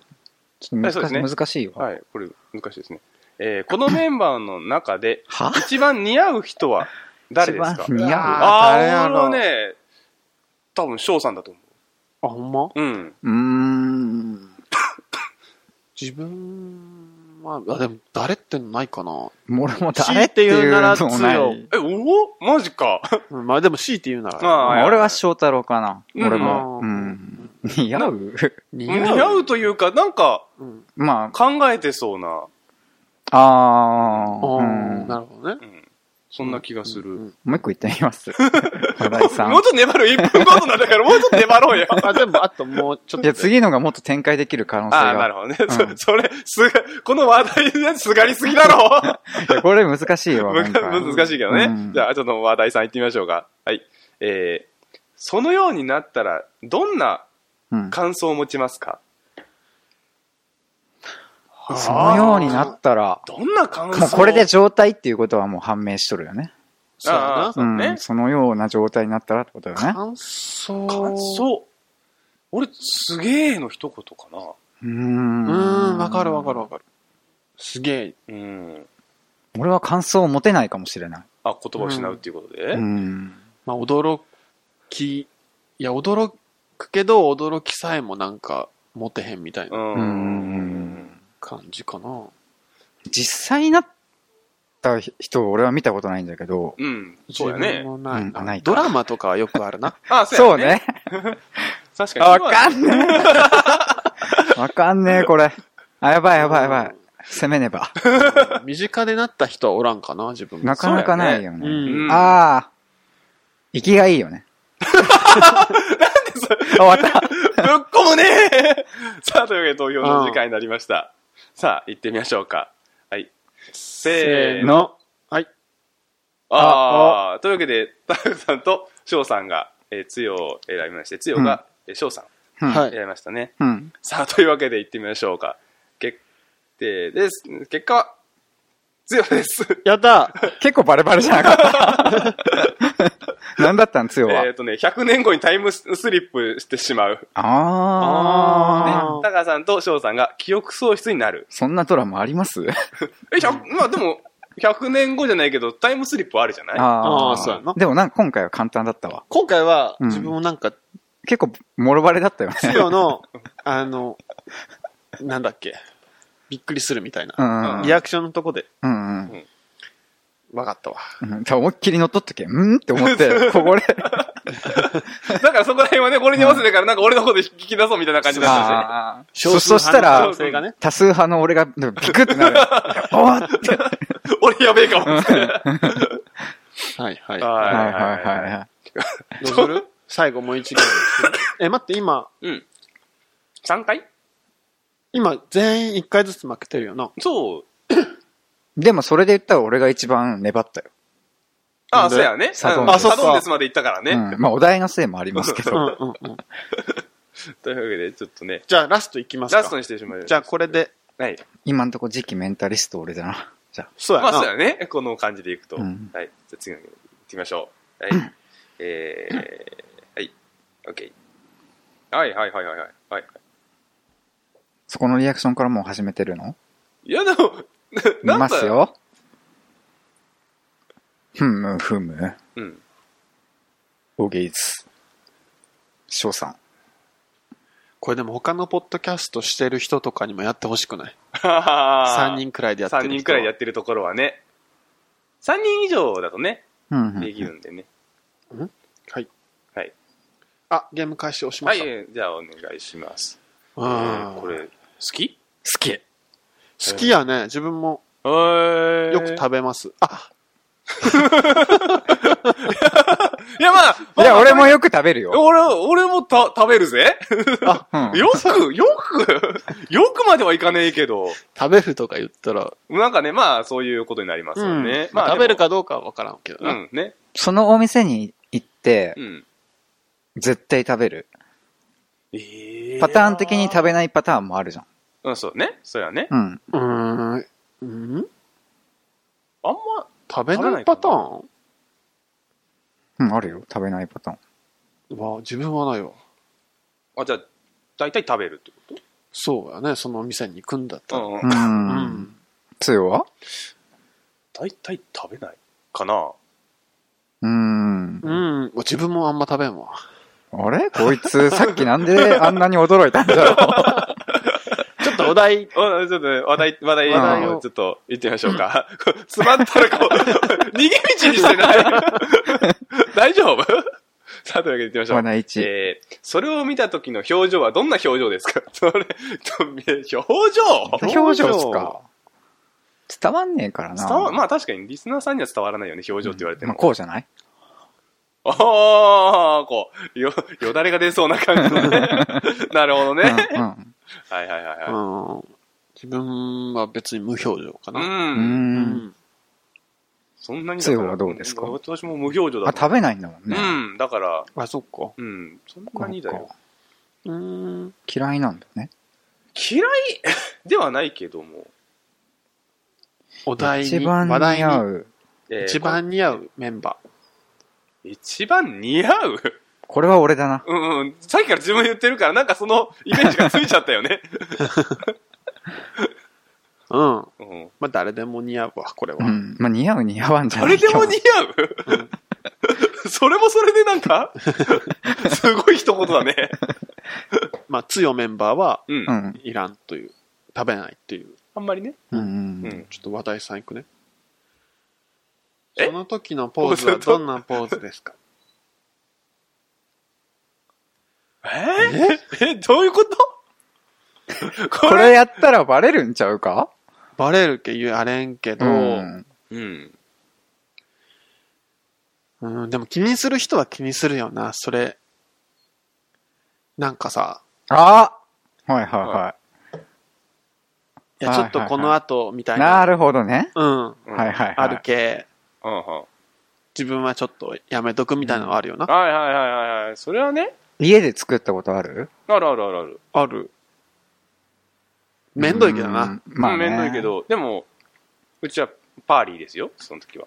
ちょっと難
そうですね
難しいよ。、
はい、これ難しいですね。えー、このメンバーの中で
は
一番似合う人は誰ですか
一番似合う
あ
誰や
あ、
ろ
俺はね、多分翔さんだと思う。
あ、ほんま
うん。
うーん。
自分は、あ、でも、誰ってないかな。
俺も誰っていうのもな
強いて言うなら
い。
え、おマジか。
うんまあでも、強いて言うなら。
あはいはい
俺は翔太郎かな。
うん
俺も。う
う
んん。似合う
似
似合うというか、なんか
うん。
ま
考えてそうな、
あ、あ
あ
あ、う
ー
ん。
な
も
るほどね
う。ん、そんな気がする。
うん
う一個言ってみます。 小田井さん。
もう
い
ちょっと粘るよ。1分ごとなんだから、もうちょっと粘ろうよ。
あ、でも、あともうちょっと。
や、次のがもっと展開できる可能性
ああ、な
が。
るほどね。
うん
そそれ、すが、この話題のやつすがりすぎだろ
い やこれ難しいわ。
む
今回
難しいけどね。
うん
じゃあ、ちょっと話題さん行ってみましょうか。はい。えー、そのようになったら、どんな
うん
感想を持ちますか、
そのようになったら、
どんな感想
もうこれで状態っていうことはもう判明しとるよね。
そうや
あ
な
あ。そうね
ん。そのような状態になったらってことよね。
感想。
感想。俺、すげえの一言かな。
うー
うんーん、わかるわかるわかる。すげえ。
うん。
俺は感想を持てないかもしれない。
あ、言葉を失うっていうことで。
うん。
まあ、驚き、いや、驚くけど、驚きさえもなんか、持てへんみたいな
うん。
うん
感じかな。
実際になった人を俺は見たことないんだけど、
うん。そうや
自
ね
分。もない
うんないか
ドラマとかはよくある な。
あ、
そ
そう
う
やね。
ね。
確か
わ
に。
かんね え。わかんねえ、これ。あ、やばいやばいやばい。攻めねば。
身近でなった人はおらんかな、自分も
なかなかないよね。
そうやねうん
ああ。生きがいいよね。なんでそれ終わった。
ぶっ込むね さあ、というわけで投票の時間になりました。さあ、行ってみましょうか。はい。せーの。
の。はい。
ああ。というわけで、タクさんと翔さんが、えー、つよを選びまして、つよが、えー翔さん
うん
は
を
い。
選びましたね。
うん。
さあ、というわけで行ってみましょうか。決定です。結果は、つよです。
やった
結構バレバレじゃなかった。なんだったん、つよは。
えっとね、100年後にタイムスリップしてしまう。ね
ああ。
あー
タカさんと翔さんが記憶喪失になる。
そんなドラマあります
え、100、まあでも、100年後じゃないけど、タイムスリップはあるじゃない
あ
あーそうやな
でもなんか今回は簡単だったわ。
今回は、
うん
自分もなんか、
結構、もろバレだったよね。
つ よの、あの、なんだっけ、びっくりするみたいな
う。んうん
い
リアクションのとこで、
うんうん
わかったわ。
うん。思いっきり乗っ取っとけ。うんって思って、こぼれ。
だからそこら辺はね、これに合わせてから、なんか俺のこと引き出そうみたいな感じだったんで
あーそそしたら
少数派の男、性がね、
多数派の俺がビクってなる。おーって。
すね。俺やべえか もって。
はいはい。
は
はいはいはいはい。
どうする最後もう一度。 え、待って、今、
い。うん。3回
今、全員一回ずつ負けてるよな。
そう。
でもそれで言ったら俺が一番粘ったよ。
あ
な
あ、
んで
そうやね。
サドン
あ
デ
の
ス
サドンデスまで行ったから
う
ね。
ん。まあお題のせいもありますけ
うん
ど。
うんうん。
というわけで、ちょっとね、
じゃあ、ラストいきますか。
ラストにしてしまう。
じゃあ、これで、
はい。
今んとこ次期メンタリスト俺だな。じゃ
そうや
まあ
な。
そうやね。この感じでいくと。
う
はい
ん。
じゃあ次の行きましょう。はい。えー、はい。OK。はいはいはいはいはいはい。
そこのリアクションからもう始めてるの
いやでも、
見
ななん
ま
だ
す。よ。ふむふむ。
うん。
おげいつ。翔さん。
これでも他のポッドキャストしてる人とかにもやってほしくない。
3
3人くらいでやってる
3
人。
人くらいでやってるところはね、3人以上だとね、
うんうん
できるんでね。
はい。
はい。
あ、ゲーム開始をしま
は
した。
い、じゃあお願いします。
うん。
これ、好き
好き。
好きやね。自分も
えー
よく食べます。あ、
いやまあ、
い
まあ
や、俺もよく食べるよ。
俺、俺もた食べるぜ。
うん
よく、よく、よくまではいかねえけど、
食べるとか言ったら、
なんかね、まあ、そういうことになりますよね。
まあ、
でも
食べる。かどうかはわからんけど
う
な。
ん、ね。
そのお店に行って
う、ん。
絶対食べる。
え
パターン的に食べないパターンもあるじゃん。
うん、そうね。そうやね。
うん。
うーん。うん
あんま、
食べないパター
うん、あるよ。食べないパターン。
ンは自分はないわ。
あ、じゃあ、大体食べるってこ
そうやね。そのお店に行くんだったら。
と
う。
うんん。
つよは
大体食べないかな。
うん。
うん。自分もあんま食べんわ。
あれこいつ、さっきなんであんなに驚いたんだ ろう。
ちょっとお題、
おちょっとね、話題、話題
話題
を
を
ちょっと言ってみましょうか。 詰まったらこ う、逃げ道にしてない 大丈夫 さあ、というわけで言ってみましょう。
話題一
えー、それを見た時の表情はどんな表情ですか それ、と表情
表情っすか。伝わんねえからな。
伝わ、まあ確かにリスナーさんには伝わらないよね、表情って言われて
まあ
も。
こうじゃない
ああ、こう、よ、よだれが出そうな感じの ね。なるほどね。
うん
はいはいはいはい。
うん、自分は別に無表情
う。
かな。
うん。
うん
そんなに
つゆはどうですか
私も無表情
あ
だ、と
食べないんだもんね。
うん、だから、
あ、そっか。
うん、そん
こ
な
う
にだよ
か。
うん。
嫌いなんだね。
嫌い ではないけども。
お題
一
に、
番
話題
似合
に、
う。
えー
一番似合うメンバ
一番似合う
これは俺だな。
うんうん。さっきから自分言ってるから、なんかそ のイメージがついちゃったよね。
ー。うん。
うん。
まあ、誰でも似合うわ、これは。
うん。まあ似合う似合わんじゃ
あ
ない
れでも
今日
似合うそれもそれでなん か、すごい一言だね。
まあ、強メンバーは
うん
う。ん。
いらんという、食べないっていう。
あんまりね。
うん
う
うんん。
ちょっと話題さんいくね。
え
その時のポーズはどんなポーズです か
えー、え、どういう こと
これやったらバレるんちゃうか
バレるけ言あれんけど、うん、
ん。
うん。
でも気にする人は気にするよな、それ。なんかさ、
あはいはいはい
や、
は
ち
いは
ょっ
い
とこの後みた
い。
いな、
なるほどね。
うん、
うん
はいはい
あ
は
る
い。
け、
うんうん。
自分はちょっとやめとくみたいなのあるよな。
はいはいはいはいはい。それはね、
家で作ったことある
あるあるあるある。
ある。めんどいけどな。
うん。まあね。
めんどいけ。ど、でも、うちはパーリーですよ、その時は。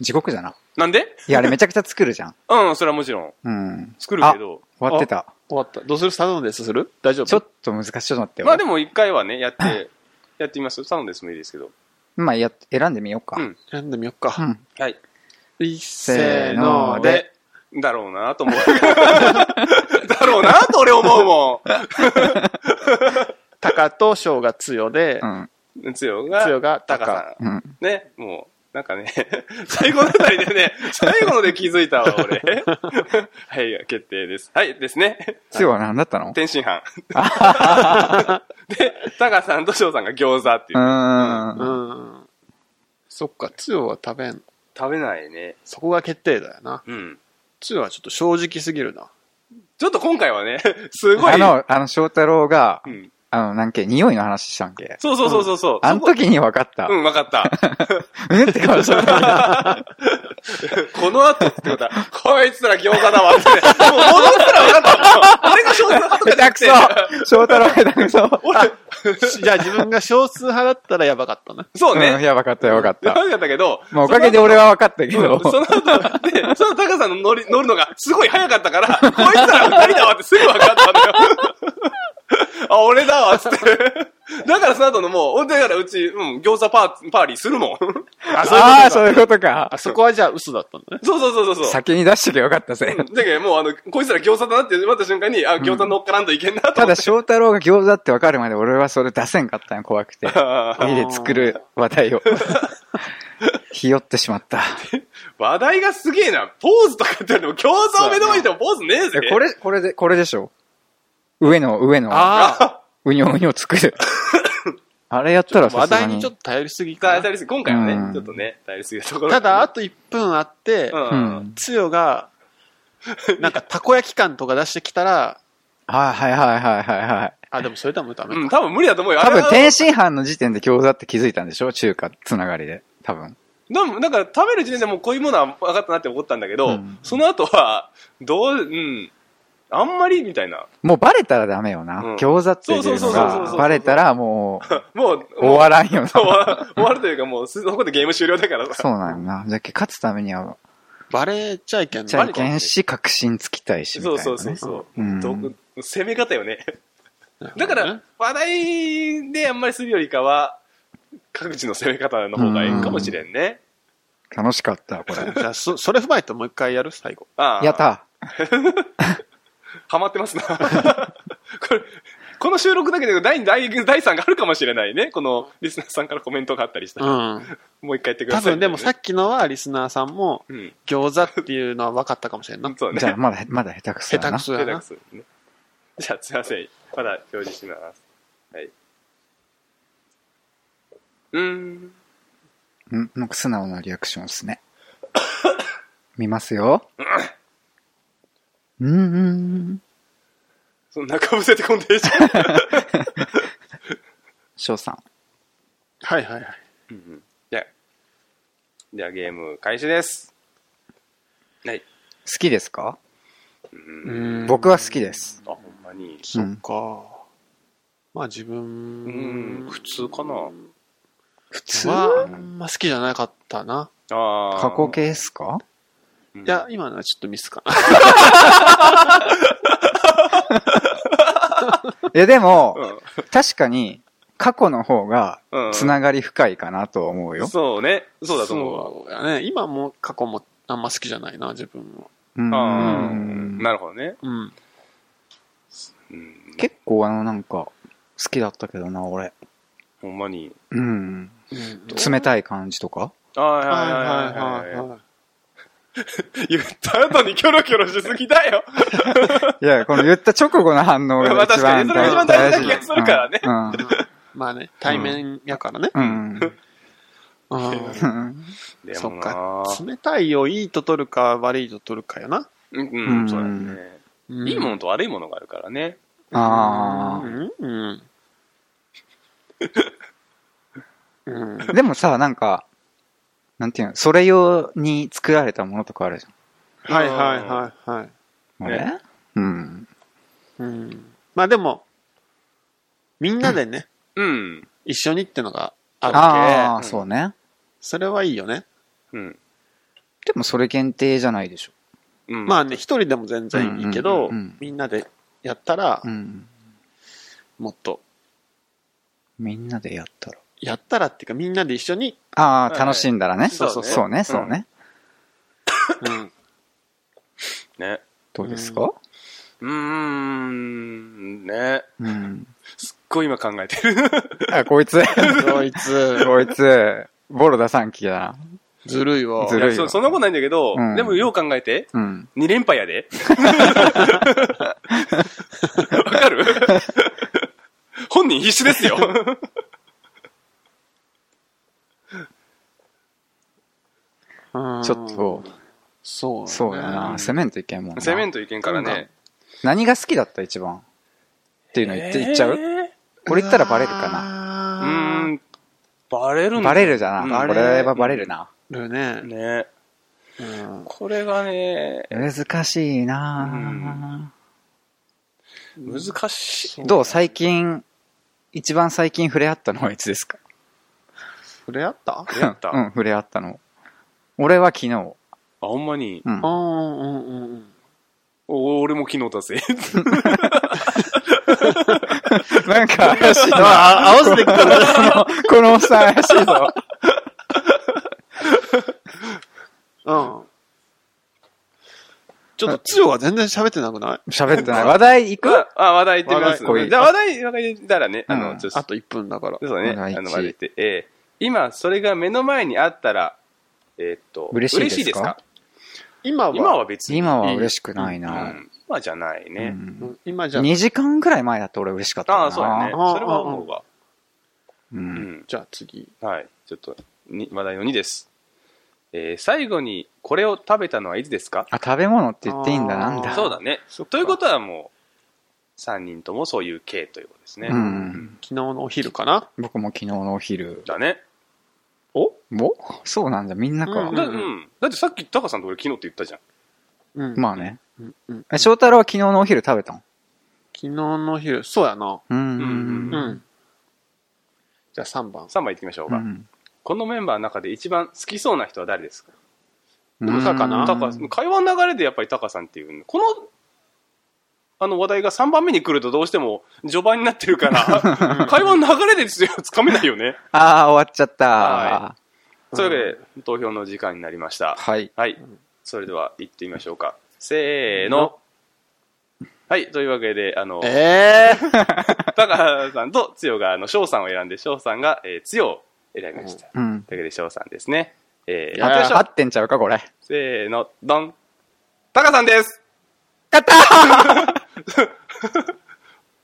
地獄じゃな。
なんで
いや、あれめちゃくちゃ作るじゃん。
うん、それはもちろん。
うん。
作るけど。
終わってた。
終わった。どうするサドンデスする大丈夫
ちょっと難しい。ちょっと待ってよ。
まあでも一回はね、やって、やってみますサウンデスもいいですけど。
まあや、選んでみようか。
うん
選んでみよっか。
うん。
はい。
いっ
せーので、
だろうなと思う。 だろうなと俺思うも
タカとショウがつよで
う、ん。
ん。つよが、
つよが
タカ
タカ
さ
うん。
ん。ね、もう、なんかね、 最後のあたりでね、最後ので気づいたわ、俺。はい、決定です。はい、ですね。
つよは何だったの
天津飯。で、タカさんと翔さんが餃子っていうう。
う
ーん。
ん。そっか、つよは食べん。
食べないね。
そこが決定だよな。
うん。
つよはちょっと正直すぎるな。
ちょっと今回はね、すごい。
あの、あの、翔太郎が
う、ん、
あの、なんけ、匂いの話したんけ。
そうそうそうそうそう。
あの時に分かった。
うん、わかった。
うんって顔した。
この後ってことは、こいつら餃子だわって。もう、戻ったら分かったもん。俺が正直なこと
下手くそ翔太郎下手くそ
じゃあ自分が少数派だったらやばかったな。
そうね。
うんやばかったよかっ
分
た。
かったけど。
まあおかげで俺は分かったけ
その
ど
後。うんその後、で、その高さんの乗り、乗るのがすごい早かったから、こいつら二人だわってすぐ分かったんだよ。 あ、俺だわっつって。だからその後のもう、ほんとだからうち、うん、餃子パー、パーリーするもん。
あ
ああ、そう
う
いうことか
あ。そこはじゃあ嘘だったんだね。
そうそうそうそうそう。
先に出しとけばよかったぜ
う。んだけどもう、あの、こいつら餃子だなって思った瞬間に、あ、餃子乗っからんといけん なと
た
思
だ
って。
翔太郎が餃子って分かるまで俺はそれ出せんかったんよ怖くて。
あー
家で作る話題を。ひよってしまった。
話題がすげえな。ポーズとかってよりも、餃子を目玉にしてもポーズねえぜ。
これ、これで、これでしょ上の、上の、
あ
うにょうにょ作る。あれやった
あ、
らさ
話
すが
題
に。
にちょっと頼りすぎか
頼
な。
りすぎ今回はね、
うん
ちょっとね、頼りすぎたところ。
ただ、あ、と1分あって
う、。
うんん。
つよが、なんかたこ焼き感とか出してきたら、
はいはいはいはいはいはい。
あ、でもそれでもダメ
うん、
か。
多分無理だと思うよ。
多
あ
分
れは
天津飯の時点で餃子って気づいたんでしょ中華つながりで。多分。
でも、なんか食べる時点でもうこういうものは分かったなって思ったんだけど、
うん
その後は、どう、うん、あんまりみたいな。
もうバレたらダメよな。
うん
餃子っていう
そうそう
の
そうそうそ
が
う
バレたらもう
もう、
終わらんよな。
終わ 終わるというかもう、すそこでゲーム終了だから
そうなんよな。じゃあ勝つためには、
バレちゃいけん
ちゃ。
ない
けんし、確信つきたいしみたい
そ
な
う
ね。
そうそうそう、
うん
どこ攻め方よね。だか
なる
ら、話題であんまりするよりかは、各自の攻め方の方がいいかもしれんね。
楽しかった、こ
ほどね
れ。
じゃあ、そそれ踏まえてもう一回やる最後。
ああ
やっ。た。
ハマってますな。 これ、この収録だけで第2、第3があるかもしれないね。このリスナーさんからコメントがあったりした
う
ら。
ん。
もう一回言ってくだ
多
さい、
分でもさっきのはリスナーさんも
うん。
餃子っていうのは分かったかもしれんな。
そうね。
じゃあ、まだ、まだ下手くそ
下
だ
手
な
く。そや
下手
な
く。そねじゃあ、すいません。まだ表示します。はい。うーん。
うん、なんか素直なリアクションで すね。見ますよ。うんうん。
その中伏せてこんでいじゃん。
翔さん。
はいはいはい。
うんうんじゃあ、じゃあゲーム開始です。はい。
好きですか
うん
うん
僕は好きです。
あ、ほんまに。
そっか。まあ自分
うん、普通かな。
普
はあんま好きじゃなかったな。
ああ。
過去形ですか
うん。
いや、今のはちょっとミスか
いやでも、
う
確かに過去の方が
ん、うん。
つながり深いかなと思うよ。
そうね。 そうだと思う。
そうやね。今も過去もあんま好きじゃないな、自分は。
うん
ああ、
うん
なるほどね。
うん。
うん、
結構あのなんか好きだったけどな、俺。
ほんまに。
うん。
冷
冷たい感じとか
ああ、
たは
は
い
いはい
はい
はい
は
はい
い
はい。
はい。
言った後にキョロキョロしすぎだよ。
いや、この言った直後の反応が一番
まあ確かにそれが一番大事な気がするからね
うんうん
まあね、対面やからね。
うん。
うん
うん
で
そ
も
っ
な
か
あ。。
冷たいをいいと取るか悪いと取るかやな。
うん、
う
うんん、そうだね。いいものと悪いものがあるからね。
あ
うん。うん。うん。
あ。でもさ、なんか、なんていうの、それ用に作られたものとかあるじ
はいはいはいはい。
ゃん。あれ、
ね
うん。
うん。まあでも、みんなでね、
うん。
一緒にってのがあ
あ
る
あ、
わけ。
そうね。
それはいいよね。
うん。
でもそれ限定じゃないでしょ。
うん。
まあね、一人でも全然いいけ
うんうん
ど
うんうん、
みんなでやったら
う、ん。
もっと、
みんなでやったら。
やったらっていうか、みんなで一緒に、
あ
は
あ、
い
楽しんだらね。
そうそう
そうね、
そ
そううね。
うん。
ね。
どうですか
うーん、ね。
うん。
すっごい今考えてる。
あ、こ いつ、
こ いつ、
こいつ、ボロダ3期だ
ずるいわ。
ずるいよ
いやそそんなことないんだけど、
うん
でもよう考えて、
な。うん。
2連敗やで。わかる本人必死ですよ。
うん
ちょっ。と、
そう。
そうだ
う
な。
ん
攻めんといけんもんな。
攻めんといけんからね。
何が好きだった一番っていうの言って、言っちゃうこれ言ったらバレるか
う
な
ーん、バレるの
な。バレるじゃ
う
な。
ん
これはバレるな。
るね。
ね。
うん。
これがね、
難しいな
難しい。
どう最近、一番最近触れ合ったのはいつですか
触れ合った
やった。
う
あ、
ん、触れ合ったの。俺は昨日。
ほんまに。
うん
う。んうんうんうん。
お俺も昨日達成。
なんか怪しいな。
あ、合わせてくる。
このおっさん怪しいぞ。
うん。ちょっと、つよが全然喋ってなくない
喋ってない。話題行く
あ、話題行ってみます。
話題
じゃあ話題、話題だらね、あ
う
の、
ん
ちょっと
あと1分だから。
そうね。
話題
あ
一
の、悪いって。えー今、それが目の前にあったら、えーっと、
嬉しいですか
今は、
今は別に。
今は嬉しくないうな。
ん、今じゃないうね。
うんん今じゃ、
2時間ぐらい前だって俺嬉しかったな。
ああ、そうやね。
あー
それは思うわ。
う。
うんん。
じゃあ次。
はい。ちょっと、に話題の2です。えー最後にこれを食べたのはいつですか
あ、食べ物って言っていいんだ、なん
あー
だ。
そうだね。
そっか
ということはもう、3人ともそういう系ということですね。
う。ん。
昨日のお昼かな
僕も昨日のお昼。
だね。
お
おそうなんだ、みんな
うん
だ
か。
うん。だってさっき、タカさんと俺昨日って言ったじゃん。
うん
まあね。
うんうん
え、翔太郎は昨日のお昼食べたの
昨日のお昼、そうやな。
う。
うんん。じゃあ3番。
3番行ってみましょう
う
か。
ん。
このメンバーの中で一番好きそうな人は誰ですか
で
もさかな
タカ会話の流れでやっぱりタカさんっていう、この、あの話題が3番目に来るとどうしても序盤になってる から、会話の流れでつかめないよね。
ああ、終わっちゃった
は。というわけで、投票の時間になりました。
はい。
はい。それでは行ってみましょうか。せーの。はい、というわけで、あの、
えー、
タカさんとつよが、あの、翔さんを選んで、翔さんが、えー、つよを選びました。
うん。
というわけで、翔さんですね。え
い
ー、発表
や
し
ー、
よ
合
う。
ってんちゃうか、これ。
せーの、ドン。タカさんです
やった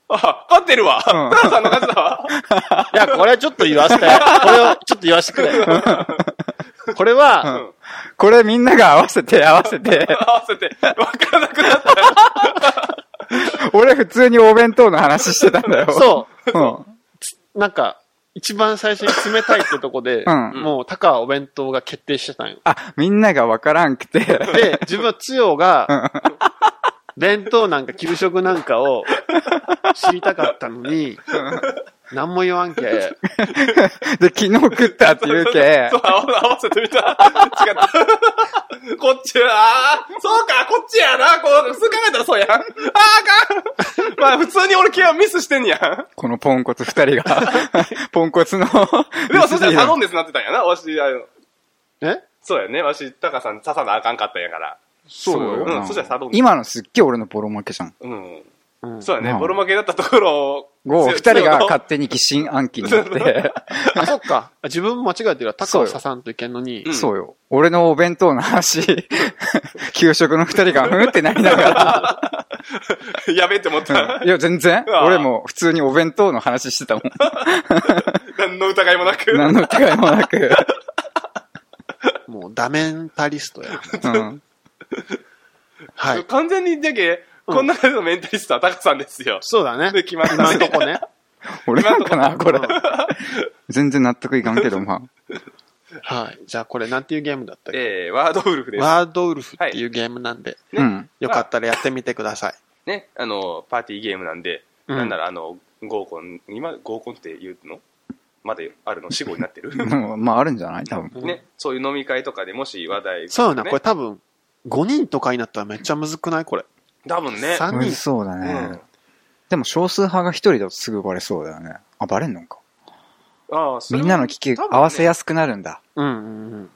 あ、勝ってるわ、タカさんの勝ちだわ
いや、これはちょっと言わせて。これをちょっと言わせてくれ。 これは、
ー これみんなが合わせて合わせ て、
合わせて、わからなくなった。
俺普通にお弁当の話してたんだよ。。
そう
うん。
う、なんか、一番最初に冷たいってとこで、
うん
もう、タカはお弁当が決定してたんよ。
あ、みんながわからんくて。
で、自分はつよが、弁当なんか給食なん かを知りたかったのに、何も言わんけ。
で、昨日食ったって言うけ
そう、。合わ合わせてみた。違った。こっち、ああ、そうか、こっちやな。こう、普通考えたらそうやん。ああ、かまあ、普通に俺、ケアミスしてんやん。
このポンコツ二人 が、ポンコツの。
でも、そしたら頼
ん
んですなってたんやな。わし、あの、
え
そうやね。わし、タカさん刺さなあかんかったんやから。
そうよ
うん、そしたらサドン。
今のすっげえ俺のボロ負けじゃん。
うん。
うん
そうやね
う。ん
ボロ負けだったところを、
を、
つ
二人が
つよ
勝手に疑心暗鬼になって。
あ、そっか。 自分も間違えてるから、タカを刺さんといけんのに
う、ん
そうよ。俺のお弁当の話、 給食の二人がふんってなりなが
の やべえって思った
ら。。いや、全然。
うわ
俺も普通にお弁当の話してたもん。
何の疑いもなく。
何の疑いも なく。
もうダメンタリスト や。
うん。
はい。
完全に、じゃけ、この中でのメンタリストはタカさんですよ。
そうだね。
で、決まった
今んとこ ね。
俺なんかな、これ。全然納得いかんけど、ま
はい。じゃあこれなんていうゲームだったっけ
えー、ワードウルフです。
ワードウルフっていうゲームなんで、
あ。うん。
よかったらやってみてください。
ね、あの、パーティーゲームなんで、
うん
なんなら、あの、合コン、今、合コンって言うのまだあるの死語になってる
もうまあ、あるんじゃない多分。
ね、そういう飲み会とかでもし話題、
そうよな、
ね
これ多分、5人とかになったらめっちゃむずくないこれ。
多分ね。
三
うん
何
そうだ
う
ね
ん。。
でも少数派が一人だとすぐバレそうだよね。あ、バレんのか。
ああ、それ
み
は
んなの聞き合わせやすくなるんだ。
うんうんうん。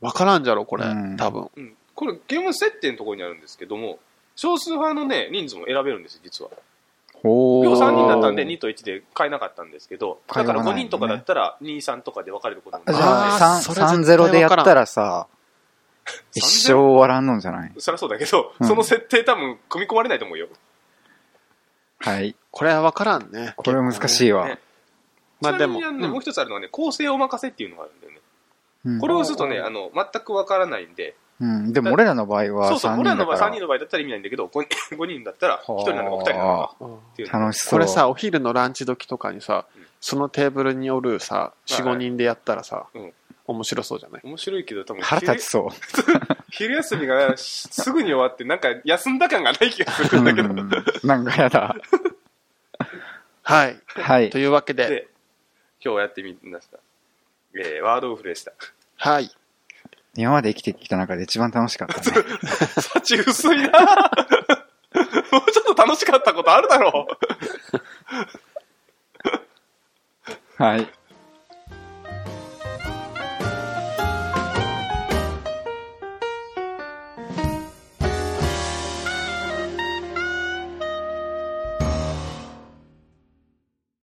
わからんじゃろ、これ。
うん
多分。
うん、これゲーム設定のところにあるんですけども、少数派のね、人数も選べるんですよ、実は。
ほ
今日3人だったんで、
ー
2と1で買えなかったんですけど、
買
だ
え
か
なかっ
ら
たね
5人とかだったら、2、3とかで分かれることも
じ
あ
ゃ
ー
あ、
それ絶対
3-0でやったらさ、 一生終わらんのんじゃない
そりゃそうだけど、
うん
その設定多分組み込まれないと思うよ。
はい。
これはわからんね。
これ難し
い。
いわ。
ね
まあで
ち
も、
なみにあのね、
うん
もう一つあるのはね、構成お任せっていうのがあるんだよね。
うん
これをするとね、あの、全くわからないんで、
うん。でも俺らの場合
そ
は
うそう、
3
俺ら
人だ
の場合、
か
3
ら
人。の場合だったら意味ないんだけど、5人 5人だったら、1
はあ
人なのか2人なのかっていうのが
楽しそう。
これさ、お昼のランチ時とかにさ
うん、
そのテーブルにおるさ、4、
はい
5人でやったらさ
うん、
面白そうじゃない
面白いけど、多分
腹立ち
昼
そう。
昼休みがすぐに終わって、なんか休んだ感がない気がす るんだけど。
うんなんかやだ。
はい。
は い
と。いうわけで、
で、今日やってみました。えー、ワードオフでした。
はい。
今まで生きてきた中で一番楽しかった ね。
幸薄いな もうちょっと楽しかったことあるだろう
はい。